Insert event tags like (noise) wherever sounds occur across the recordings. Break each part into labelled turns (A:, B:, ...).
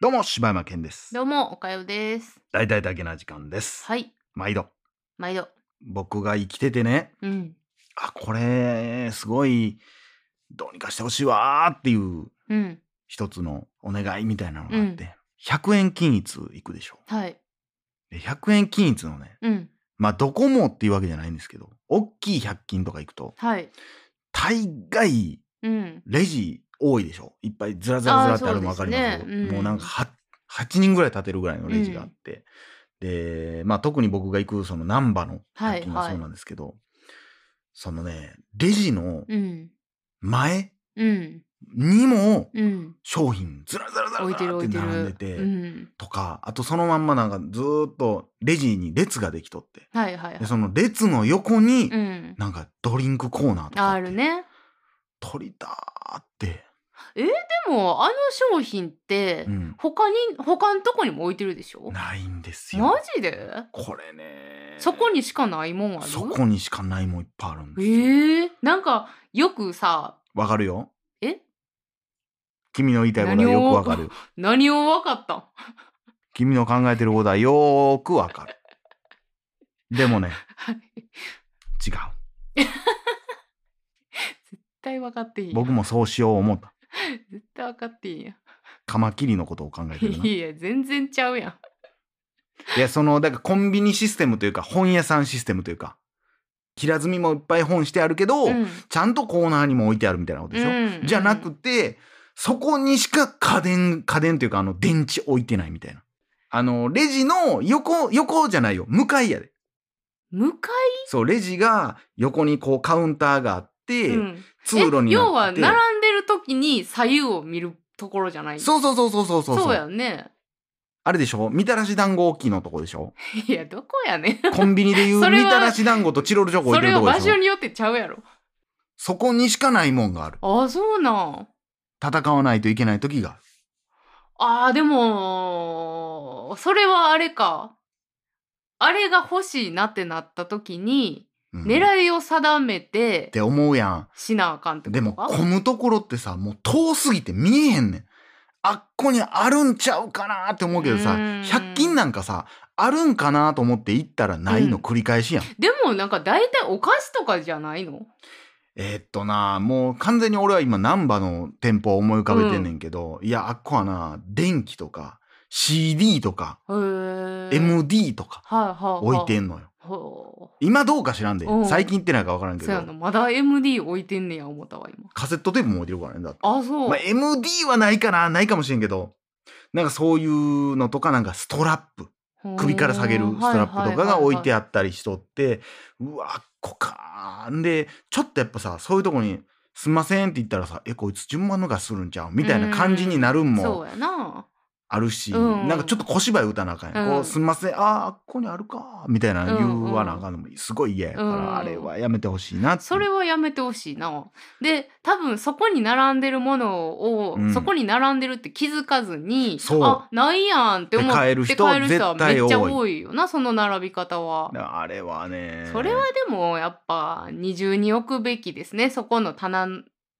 A: どうも柴山健です
B: どうも、おかよです。
A: 大々だけな時間です、
B: はい、
A: 毎度
B: 毎度。
A: 僕が生きててね
B: うん。
A: あこれすごいどうにかしてほしいわーっていう
B: うん。
A: 一つのお願いみたいなのがあって、100円均一行くでしょ
B: はい。
A: で100円均一のね
B: うん。
A: まあどこもっていうわけじゃないんですけど大きい100均とか行くと
B: はい。
A: 大概
B: うん。
A: レジ多いでしょいっぱいずらずらずらってあるの分
B: あー
A: か
B: そう
A: り
B: で
A: ます
B: ね
A: す
B: うん
A: もうなんか 8, 人ぐらい立てるぐらいのレジがあって、で、まあ、特に僕が行くその難波の
B: はい
A: 百均はそうなんですけど、そのねレジの
B: うん。
A: 前
B: うん。
A: にも
B: うん。
A: 商品ずらずらずら
B: 置い
A: ず
B: て
A: ら
B: る
A: っ
B: 置
A: て
B: いて
A: 並んで
B: る。
A: て
B: うん。
A: とかあとそのまんまなんかずーっとレジに列ができとって
B: はいはいはい
A: で。その列の横に
B: うん。
A: なんかドリンクコーナーとかあ
B: あ
A: って
B: るね。
A: 取りたーって、
B: でも、あの商品って
A: う、ん、
B: 他に、他のとこにも置いてるでしょ
A: ないんですよ
B: マジで
A: これね
B: そこにしかないもんある
A: そこにしかないもんいっぱいあるんですよ
B: ええなんか、よくさ、
A: わかるよ
B: え
A: 君の言いたいことはよくわかる
B: 何を分かったん
A: 君の考えてることはよーくわかるでもね
B: (laughs) はい絶
A: 違う
B: 対分かっていいやん。
A: 僕もそうしよう思った
B: 絶対分かっていいやん。
A: カマキリのことを考えてるない
B: いや、全然ちゃうやん。
A: やそのだからコンビニシステムというか本屋さんシステムというか平積みもいっぱい本してあるけど、
B: うん
A: ちゃんとコーナーにも置いてあるみたいなことでしょ、
B: うん
A: じゃなくてそこにしか家電家電というかあの電池置いてないみたいなあのレジの横横じゃないよ向かいやで
B: 向か
A: そうレジが横にこうカウンターがあって、
B: い、うん
A: 通路
B: え
A: に
B: 要
A: な
B: は
A: ってて
B: 並んでる時に左右を見るところじゃない
A: そうそうそうそうそうそう
B: そうやんね (laughs)
A: あれでしょみたらし団子大きいのとこでしょ
B: いやどこやねん
A: コンビニで
B: (laughs)
A: いう
B: そ
A: み
B: れは
A: たらし団子とチロルチョコ置い
B: そ
A: てる
B: れ
A: と
B: は
A: こで
B: 場
A: しょ
B: 所によってちゃうやろ
A: そこにしかないもんがある
B: あそうなん
A: 戦わないといけない時がある
B: あーでもそれはあれかあれが欲しいなってなった時に、
A: うんっ
B: 狙いを定めて
A: て思うやん
B: しなあかんってこ
A: で
B: と
A: も
B: か
A: 混むところってさもう遠すぎて見えへんねんあっこにあるんちゃうかなって思うけどさ
B: うん
A: 100均なんかさあるんかなと思って行ったらないの
B: うん
A: 繰り返しやん、
B: でもなんか大体お菓子とかじゃないの
A: えーっとなもう完全に俺は今難波の店舗を思い浮かべてんねんけど、いやあっこはな電気とか CD とか
B: へー
A: MD とか
B: はいはいはい
A: 置いてんのよ
B: ほう
A: 今どうか知らんで
B: うん
A: 最近行ってないか分からんけ
B: そうやな
A: ど
B: まだ MD 置いてんねや思ったわ今
A: カセットテープも置いてるからねだって
B: あそう、
A: まあ、MD はないかなないかもしれんけどなんかそういうのとかなんかストラップ首から下げるストラップとかが置いて
B: あ
A: あったりしとってうわっこかーんでちょっとやっぱさそういうとこに「すんません」って言ったらさ「えこいつ順番のがするんちゃう?」みたいな感じになるん
B: そ
A: も
B: うやな
A: あるし、
B: うん
A: なんかちょっと小芝居打たなあかんやん、
B: うん
A: こうすんませんあーあっこにあるかーみたいな言わなあかんのもすごい嫌やから、
B: うん
A: あれはやめてほしいなって
B: それはやめてほしいなで多分そこに並んでるものを、
A: うん
B: そこに並んでるって気づかずに
A: そう
B: あないやんって思って
A: で帰る人
B: 帰る人は
A: 絶対
B: めっちゃ
A: 多い
B: 多いよなその並び方は
A: あれはね
B: それはでもやっぱ二重に置くべきですねそこの棚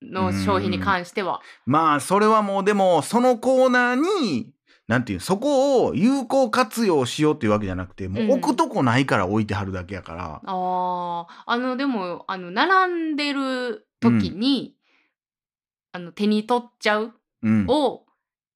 B: の商品に関しては
A: まあそれはもうでもそのコーナーになんていうそこを有効活用しようっていうわけじゃなくてもう
B: うん
A: 置くとこないから置いてはるだけやから、
B: あーあのでもあの並んでる時に、あの手に取っちゃう
A: うん
B: を、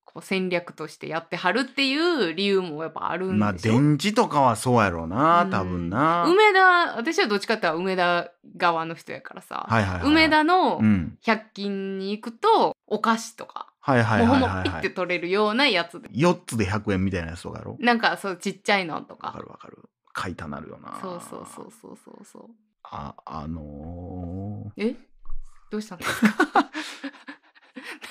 B: こう戦略としてやってはるっていう理由もやっぱあるん
A: まあ
B: でしょ、
A: 電池とかはそうやろうな
B: うん
A: 多分な、
B: 梅田私はどっちかっていうと梅田側の人やからさ、
A: はいはいはい、
B: 梅田の
A: うん
B: 100均に行くとお菓子とか、
A: はいはいはい
B: もうほんま
A: はい、
B: ピッ
A: は
B: て
A: い、
B: 取れるようなやつで
A: 4つで100円みたいなやつとかやろ
B: なんかそうちっちゃいのと
A: わか
B: か
A: るわかる買いたなるよな
B: そうそうそうそうそうそう
A: ああの
B: えどうしたんですか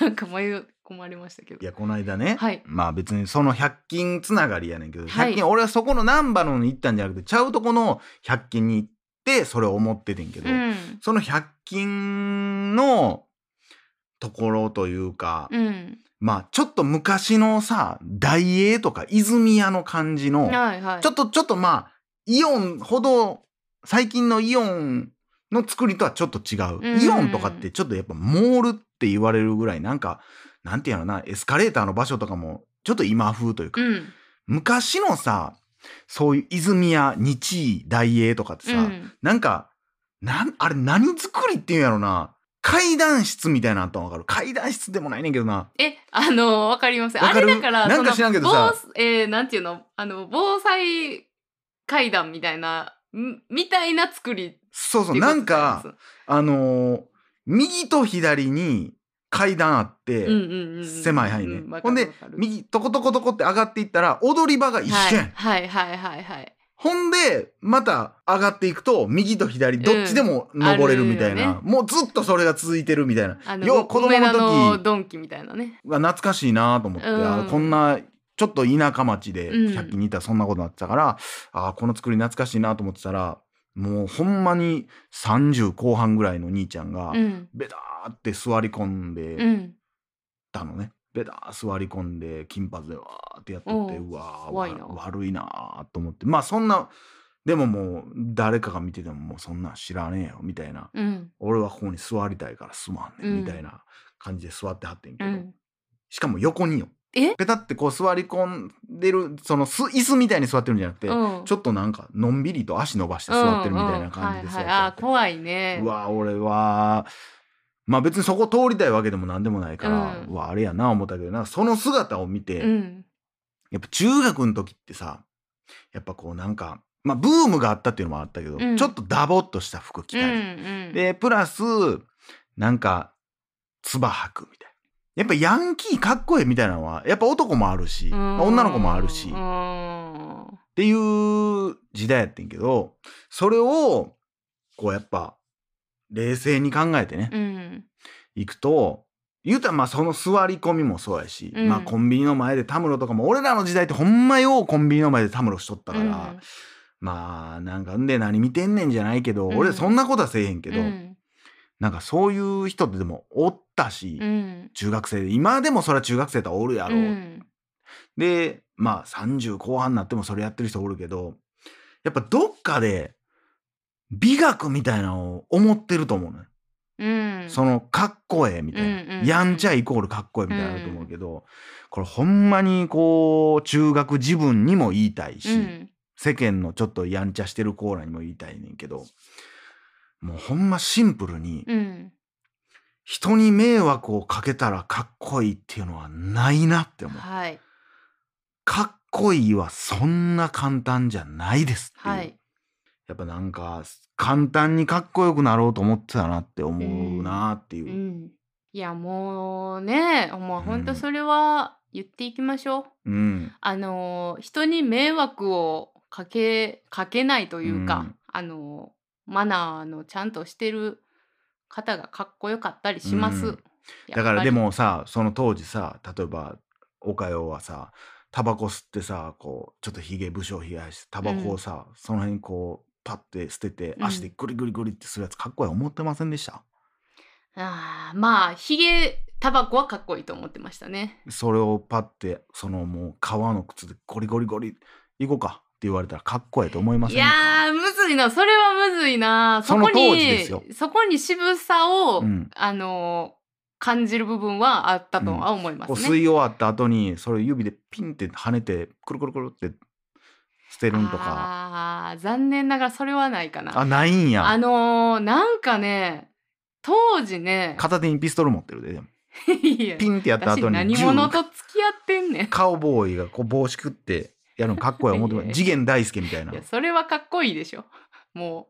B: (laughs) なんか迷い込まれましたけど
A: ーいやこの間ね、
B: はい
A: まあ別にその100均つながりやねんけど、
B: はい
A: 100均俺はそこの難波のに行ったんじゃなくてちゃうとこの100均に行ってそれを思っててんけど、
B: うん
A: その100均のところというか、
B: うん
A: まあちょっと昔のさ大英とか泉屋の感じの、
B: はいはい
A: ちょっとちょっとまあイオンほど最近のイオンの作りとはちょっと違う、
B: うん
A: イオンとかってちょっとやっぱモールって言われるぐらいなんかなんていうのなエスカレーターの場所とかもちょっと今風というか、
B: うん
A: 昔のさそういう泉屋日井大英とかってさ、
B: うん
A: なんかなんあれ何作りっていうんやろな階段室みたいなのあったの分かる階段室でもないねんけどな
B: えあのわかります
A: わ
B: あ
A: かる
B: れだから
A: なんか
B: その
A: 知らんけどさ
B: 防えーなんていうのあの防災階段みたいなんみたいな作りって
A: そう
B: いう
A: そ
B: こと
A: うなん
B: で
A: か
B: す
A: あのー右と左に階段あって、
B: うんうんうん、
A: 狭い範囲ね
B: うんわか
A: ほん
B: る
A: で
B: わかる
A: 右トコトコトコって上がっていったら踊り場が一緒やん、
B: はいはいはいはいはい
A: ほんでまた上がっていくと右と左どっちでも登れるみたい
B: うんあ
A: な、
B: る
A: もうずっとそれが続いてるみたいな
B: あ
A: よう子供の時
B: 梅田のドンキみたいなね
A: が懐かしいなと思って、
B: うん
A: あこんなちょっと田舎町で
B: うん
A: 100均にいたらそんなことになってたから、あこの作り懐かしいなと思ってたらもうほんまに30後半ぐらいの兄ちゃんが
B: うん
A: ベターって座り込ん
B: う
A: で
B: ん
A: たのね。ベター座り込んで金髪でわーってやってって
B: おう
A: うわー
B: 怖いな
A: わ悪いなーと思ってまあそんなでももう誰かが見ててももうそんなん知らねえよみたいな
B: うん
A: 俺はここに座りたいからすまんね
B: うん
A: んみたいな感じで座ってはってんけ
B: う
A: ど、
B: ん
A: しかも横によ
B: え
A: ペタってこう座り込んでるそのす椅子みたいに座ってるんじゃなくて、
B: うん
A: ちょっとなんかのんびりと足伸ばして座ってるみたいな感じで座って
B: うんうんはいはい、
A: は
B: あ
A: って、
B: 怖いね
A: うわ俺はまあ別にそこ通りたいわけでも何でもないから、
B: う
A: うんわあれやな思ったけどなその姿を見て、
B: うん
A: やっぱ中学の時ってさやっぱこうなんか、まあ、ブームがあったっていうのもあったけど、
B: うん
A: ちょっとダボっとした服着たり、
B: うんうん、
A: でプラスなんかつば吐くみたいなやっぱヤンキーかっこいいみたいなのはやっぱ男もあるし
B: うん
A: 女の子もあるし
B: う
A: っ
B: ん
A: ていう時代やってんけどそれをこうやっぱ冷静に考えてね
B: うん
A: 行くと言うたらまあその座り込みもそうやし、
B: うん
A: まあコンビニの前でたむろとかも俺らの時代ってほんまようコンビニの前でたむろしとったから、
B: うん
A: まあなんかんで何見てんねんじゃないけど、
B: うん
A: 俺そんなことはせえへんけど、
B: うん
A: なんかそういう人ってでもおったし、
B: うん
A: 中学生で今でもそれは中学生とはおるやろう、
B: うん
A: でまあ30後半になってもそれやってる人おるけどやっぱどっかで美学みたいなのを思ってると思うのよ、
B: うん、
A: そのかっこええみたいな、
B: うんうんうん
A: やんちゃイコールかっこええみたいなのあると思うけど、これほんまにこう中学自分にも言いたいし、
B: うん
A: 世間のちょっとやんちゃしてるコーラにも言いたいねんけどもうほんまシンプルに
B: うん、
A: 人に迷惑をかけたらかっこいいっていうのはないなって思う。
B: はい
A: かっこいいはそんな簡単じゃないですっていう。
B: はい
A: やっぱなんか簡単にかっこよくなろうと思ってたなって思うなっていうう。
B: んいやもうねもうほんと
A: うん
B: それは言っていきましょう、
A: うん。
B: あのー人に迷惑をかけかけないというか、
A: うん
B: あのーマナーのちゃんとしてる方がかっこよかったりします、
A: うんだからでもさその当時さ例えば岡よはさタバコ吸ってさこうちょっとひげ武将ひげ生やしてタバコをさ、その辺にこうパッて捨てて
B: うん
A: 足でグリグリグリってするやつかっこいい思ってませんでした、
B: あーまあひげタバコはかっこいいと思ってましたね
A: それをパッてそのもう革の靴でゴリゴリゴリ行こうかって言われたらかっこいいと思いませ
B: い
A: んか
B: やーむずいなそれはむずいなそこ
A: その当時
B: に
A: ですよ
B: そこに渋さを、
A: うん
B: あのー感じる部分はあったとは思いま
A: こう
B: す
A: 吸
B: ね。
A: い終わった後にそれを指でピンって跳ねてくるくるくるって捨てるんとか
B: あー残念ながらそれはないかな。
A: あないん
B: あ
A: や
B: のーなんかね当時ね
A: 片手にピストル持ってるででも
B: いや
A: ピンってやった
B: 私
A: 後に
B: 何
A: 銃
B: 者と付き合ってんねん。い
A: カウボーイがこう帽子くってやるのかっこいい思ってま
B: (laughs) いやい
A: す
B: や
A: 次元大輔みたいな
B: やそれはかっこいいでしょ。も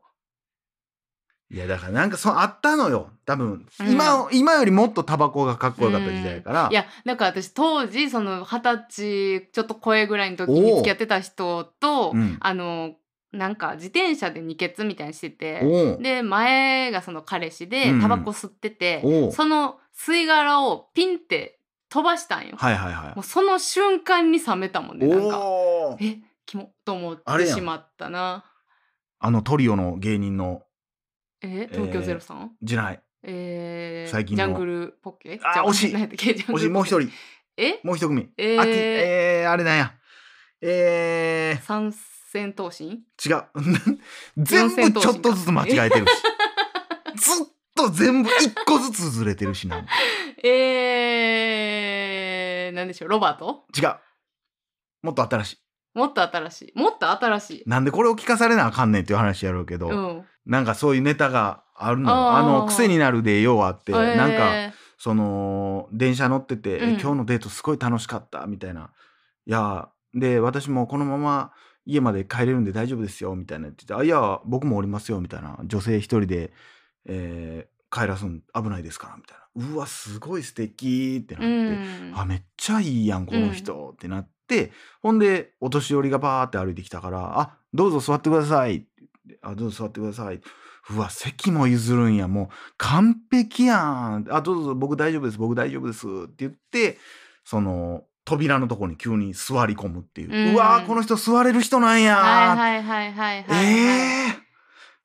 A: いやだからなんかそうあったのよ多分
B: うん
A: 今,、今よりもっとタバコがかっ
B: う。
A: こよかった時代やから
B: うんいやだから私当時その二十歳ちょっと声ぐらいの時に付き合ってた人と、
A: うん
B: あのなんか自転車で二欠みたいにしてて
A: おう
B: で前がその彼氏
A: う
B: で
A: んうん
B: タバコ吸ってて、
A: おう
B: その吸い殻をピンって飛ばしたんよ。
A: はいはいは
B: もうその瞬間に冷めたもん
A: い
B: ねなんか。
A: おお
B: えキモと思っ
A: あ
B: て
A: れやん
B: しまったな。
A: あのトリオの芸人の
B: え東京ゼロさん？
A: じゃ
B: (laughs)
A: ない
B: えー、
A: 最近
B: ジ
A: の
B: ャングルポッケ？
A: あー
B: じゃ
A: 惜しい
B: 何やったっけジャン (laughs)
A: も
B: グル
A: しもう一
B: 人。
A: 人
B: え？
A: もう一組、
B: えー
A: あきえーあれなんやえ
B: 三戦闘神？
A: ー、違う (laughs) 全
B: 四千
A: 部ちょ
B: 頭身
A: っとずつ間違え
B: (laughs)
A: てるしずっと全部一個ずつずれてるしな
B: えー、なんでしょうロバート？
A: 違うもっと新しい。
B: もっと新しいもっと新しい
A: なんでこれを聞かされなあかんねんっていう話やろうけど、
B: うん
A: なんかそういうネタがあるのよ。
B: あ
A: あ
B: ー
A: の、癖になるでようあって、なんか、
B: えー
A: その、電車乗ってて、え
B: うん
A: 今日のデートすごい楽しかった、みたいな。いやー、で、私もこのまま家まで帰れるんで大丈夫ですよ、みたいな言ってて、あ、いや、僕もおりますよ、みたいな。女性一人で、えー帰らすん危ないですから、みたいな。うわ、すごい素敵ってなって、
B: うん
A: あめっちゃいいやんこの人、ってなってほんでお年寄りがバーって歩いてきたから「あどうぞ座ってください」あ「どうぞ座ってください」うわ席も譲るんやもう完璧やんあどうぞ僕大丈夫です僕大丈夫です」って言ってその扉のとこに急に座り込むっていうう「
B: ん
A: うわこの人座れる人なんや」
B: はいはいはいはいはいはい
A: えー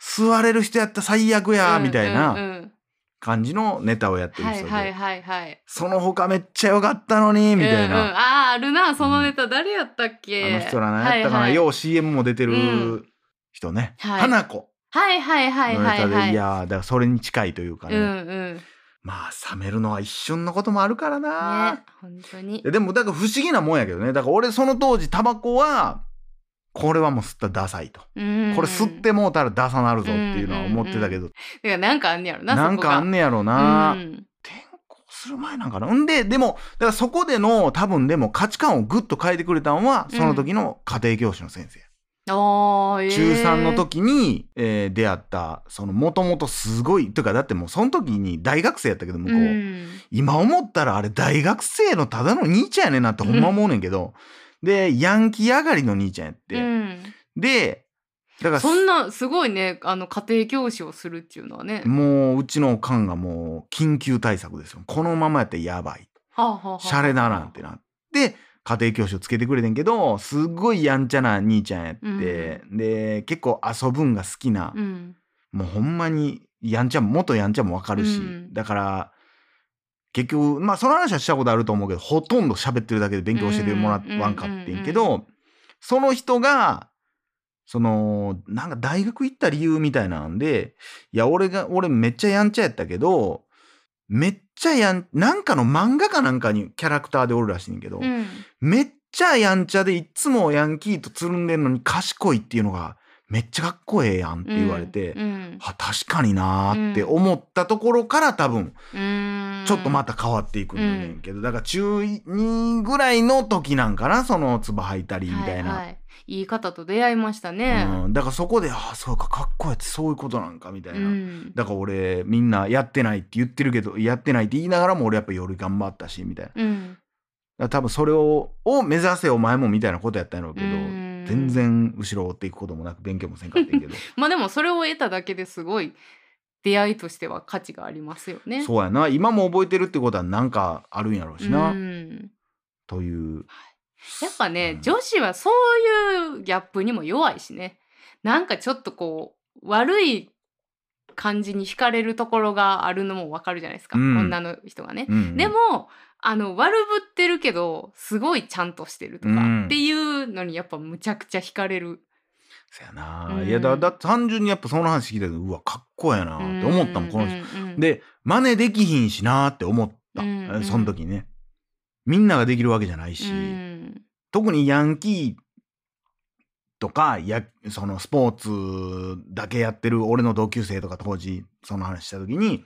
A: 座れる人やったら最悪や」みたい
B: うんう
A: なん
B: うん
A: 感じのネタをやってる
B: は
A: 人
B: い
A: で。
B: はいはいはい
A: その他めっちゃ良かったのにみたいな、
B: うんうん、あーあるなそのネタ誰やったっけ、
A: あの人ら何やったかな、
B: はいはい、
A: よう CM も出て
B: うん
A: る人ね、
B: はい
A: 花子
B: はいはいはい
A: の
B: は
A: ネ
B: い
A: タで、
B: はい
A: いやーだからそれに近いというかね、
B: うんうんね
A: まあ冷めるのは一瞬のこともあるからな、
B: 本当に
A: いやでもだから不思議なもんやけどねだから俺その当時タバコはこれはもう吸ったらダサいと、
B: うん
A: これ吸ってもうたらダサなるぞっていうのは思ってたけど、
B: いやなんかあんねやろな
A: なんかあん
B: ね
A: ねやろ
B: や
A: な、
B: うん
A: 転校する前なんかなんででもだからそこでの多分でも価値観をグッと変えてくれたのはその時の家庭教師の先生、
B: あーえー
A: 中3の時に、えー出会ったそのもともとすごいというかだってもうその時に大学生やったけど向こう、
B: うん
A: 今思ったらあれ大学生のただの兄ちゃんやねんなってほんま思うねんけど、でヤンキー上がりの兄ちゃんやって、
B: うん
A: でだから
B: そんなすごいねあの家庭教師をするっていうのはね、
A: もううちのおかんがもう緊急対策ですよこのままやったらやばい
B: はあはあはあ
A: シャレだなんてなって家庭教師をつけてくれてんけどすっごいやんちゃな兄ちゃんやって、で結構遊ぶんが好きな、
B: うん
A: もうほんまにやんちゃも元やんちゃもわかるし、
B: うん
A: だから結局まあその話はしたことあると思うけどほとんど喋ってるだけで勉強教えてもらわんかってんけど、
B: うんうん
A: その人がそのなんか大学行った理由みたいなんでいや俺が俺めっちゃやんちゃやったけどめっちゃやんなんかの漫画かなんかにキャラクターでおるらしいねんけど、
B: うん
A: めっちゃやんちゃでいっつもヤンキーとつるんでんのに賢いっていうのがめっちゃかっこええやんって言われて。
B: うん
A: あ確かになーって思ったところから多分
B: うん
A: ちょっとまた変わっていくんやねんけど、だから中2ぐらいの時なんかなそのつば吐いたりみたいな、
B: はいはい、いい方と出会いましたね、
A: うん、だからそこでああそうかかっこいいってそういうことなんかみたいうな、
B: ん
A: だから俺みんなやってないって言ってるけどやってないって言いながらも俺やっぱ夜頑張ったしみたいなだか
B: うん
A: ら多分それをを目指せお前もみたいなことやったんやろうけど、
B: うん
A: 全然後ろ追っていくこともなく勉強もせんかったんや (laughs) けど
B: まあでもそれを得ただけですごい出会いとしては価値がありますよね。
A: そうやな今も覚えてるってことはなんかあるんやろうしな。
B: ん
A: という。
B: やっぱね、
A: うん
B: 女子はそういうギャップにも弱いしねなんかちょっとこう悪い感じに惹かれるところがあるのもわかるじゃないですか、
A: うん
B: 女の人がね。
A: うんうん
B: でもあの悪ぶってるけどすごいちゃんとしてるとか、
A: うん
B: っていうのにやっぱむちゃくちゃ惹かれる。
A: そやな、
B: うん
A: いやだだって単純にやっぱその話聞いたけどうわかっこええなって思ったもんこの人、
B: 人。うん、
A: で真似できひんしなって思った、
B: うんうん
A: その時ねみんなができるわけじゃないし、
B: うん
A: 特にヤンキーとかやそのスポーツだけやってる俺の同級生とか当時その話した時に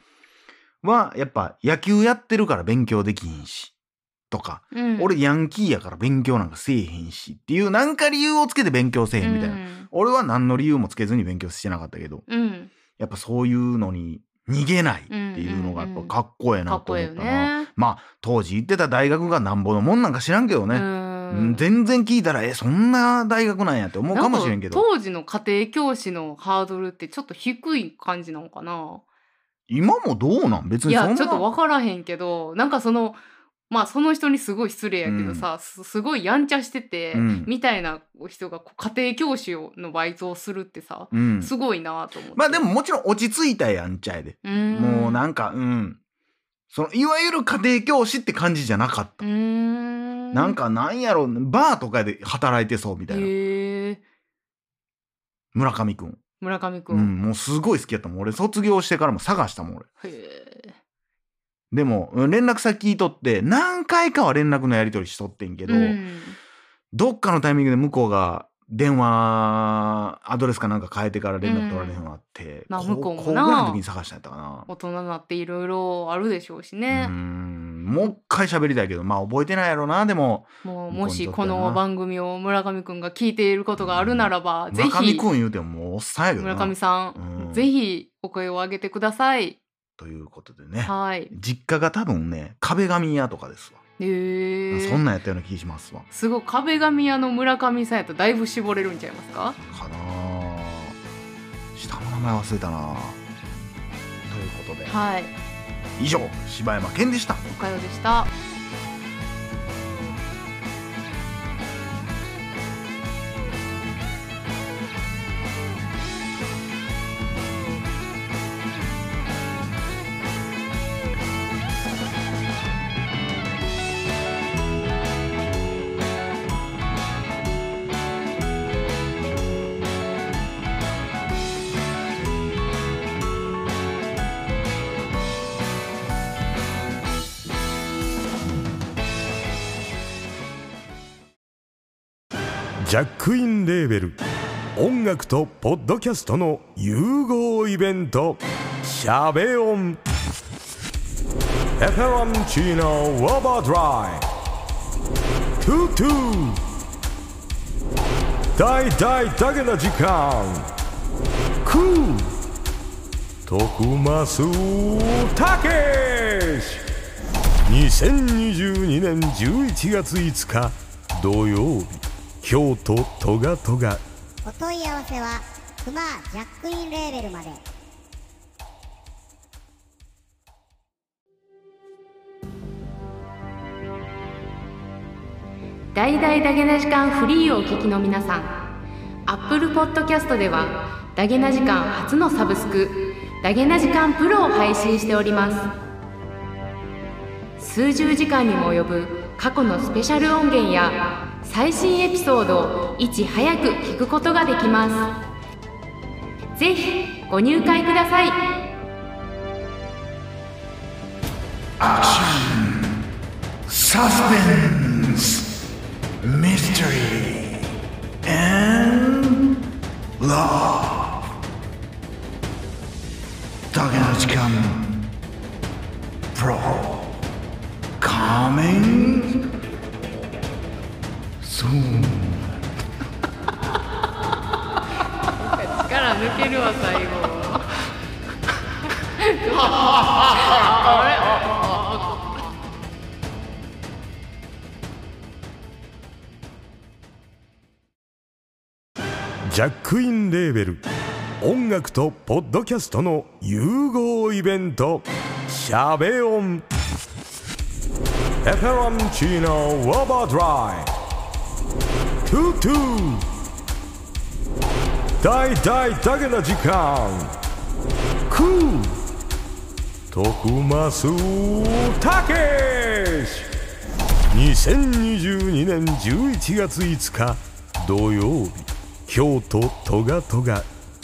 A: はやっぱ野球やってるから勉強できひんしとか、
B: うん、
A: 俺ヤンキーやから勉強なんかせえへんしっていうなんか理由をつけて勉強せえへんみたいな、
B: うん
A: 俺は何の理由もつけずに勉強してなかったけど
B: うん
A: やっぱそういうのに逃げないっていうのがやっぱかっこええ
B: か
A: な
B: っ
A: と
B: こいい
A: 思っ
B: よ
A: たな、
B: ね。
A: まあ当時行ってた大学がなんぼのもんなんか知らんけど
B: う
A: ね、
B: ん
A: 全然聞いたらえそんな大学なんやって思うかもしれんけ
B: な
A: ど
B: か当時の家庭教師のハードルってちょっと低い感じなのかな
A: 今もどうなん別
B: い
A: にそん
B: や
A: な
B: ちょっと分からへんけどなんかそのまあその人にすごい失礼やけどさ、すすごいやんちゃしてて、
A: うん
B: みたいな人がこう家庭教師をのバイトをするってさ、
A: うん、
B: すごいなと思って
A: まあでももちろん落ち着いたやんちゃいで、
B: うん
A: もうなんかうんそのいわゆる家庭教師って感じじゃなかった
B: うーん
A: なんかなんやろバーとかで働いてそうみたいな
B: へえ
A: 村上くん、
B: 村上く、
A: うんん、もうすごい好きやったもん俺卒業してからも探したもん俺
B: へえ
A: でもうん連絡先取って何回かは連絡のやり取りしとってんけど、
B: うん
A: どっかのタイミングで向こうが電話アドレスかなんか変えてから連絡取られへんわって、
B: まあ
A: 高
B: 向こうも
A: 高
B: な
A: 校ぐらいの時に探したんやったかな。
B: 大人になっていろいろあるでしょうし
A: うー
B: ね、
A: んもう一回喋りたいけどまあ覚えてないやろなでも
B: も
A: 向こう
B: うも
A: にとって
B: し
A: はな
B: この番組を村上くんが聞いていることがあるならば、ぜ
A: 村上
B: ひ
A: 君言うてももうおっさんやけどな。
B: 村上さん、
A: うん
B: ぜひお声を上げてください。
A: ということでね
B: はい。
A: 実家が多分ね壁紙屋とかですわ。
B: えー、
A: そんなんやったような気しますわ。
B: すごい壁紙屋の村上さんやとだいぶ絞れるんちゃいますか
A: かなあ下の名前忘れたなあということで
B: はい。
A: 以上柴山健でした。
B: おかよでした。
C: ジャックインレーベル音楽とポッドキャストの融合イベント「シャベオン」「エフェロンチーノウォーバードライ」「トゥトゥ」「大大だけな時間」「クー」「徳増たけし」2022年11月5日土曜日京都トガトガ
D: お問い合わせはクマジャックインレーベルまで
B: 大々ダゲな時間フリーをお聞きの皆さん Apple Podcast ではダゲな時間初のサブスクダゲな時間プロを配信しております数十時間にも及ぶ過去のスペシャル音源や最新エピソードをいち早く聞くことができますぜひご入会ください
A: サスペンスミステリー and ラブだけの時間プロカミングソーン
B: 力抜けるわ最後あれ
C: ジャックインレーベル音楽とポッドキャストの融合イベント「シャベオン」「エフェロンチーノウォーバードライ」「トゥトゥ」「大大だけな時間」「クー」「徳増たけし」2022年11月5日土曜日京都トガトガ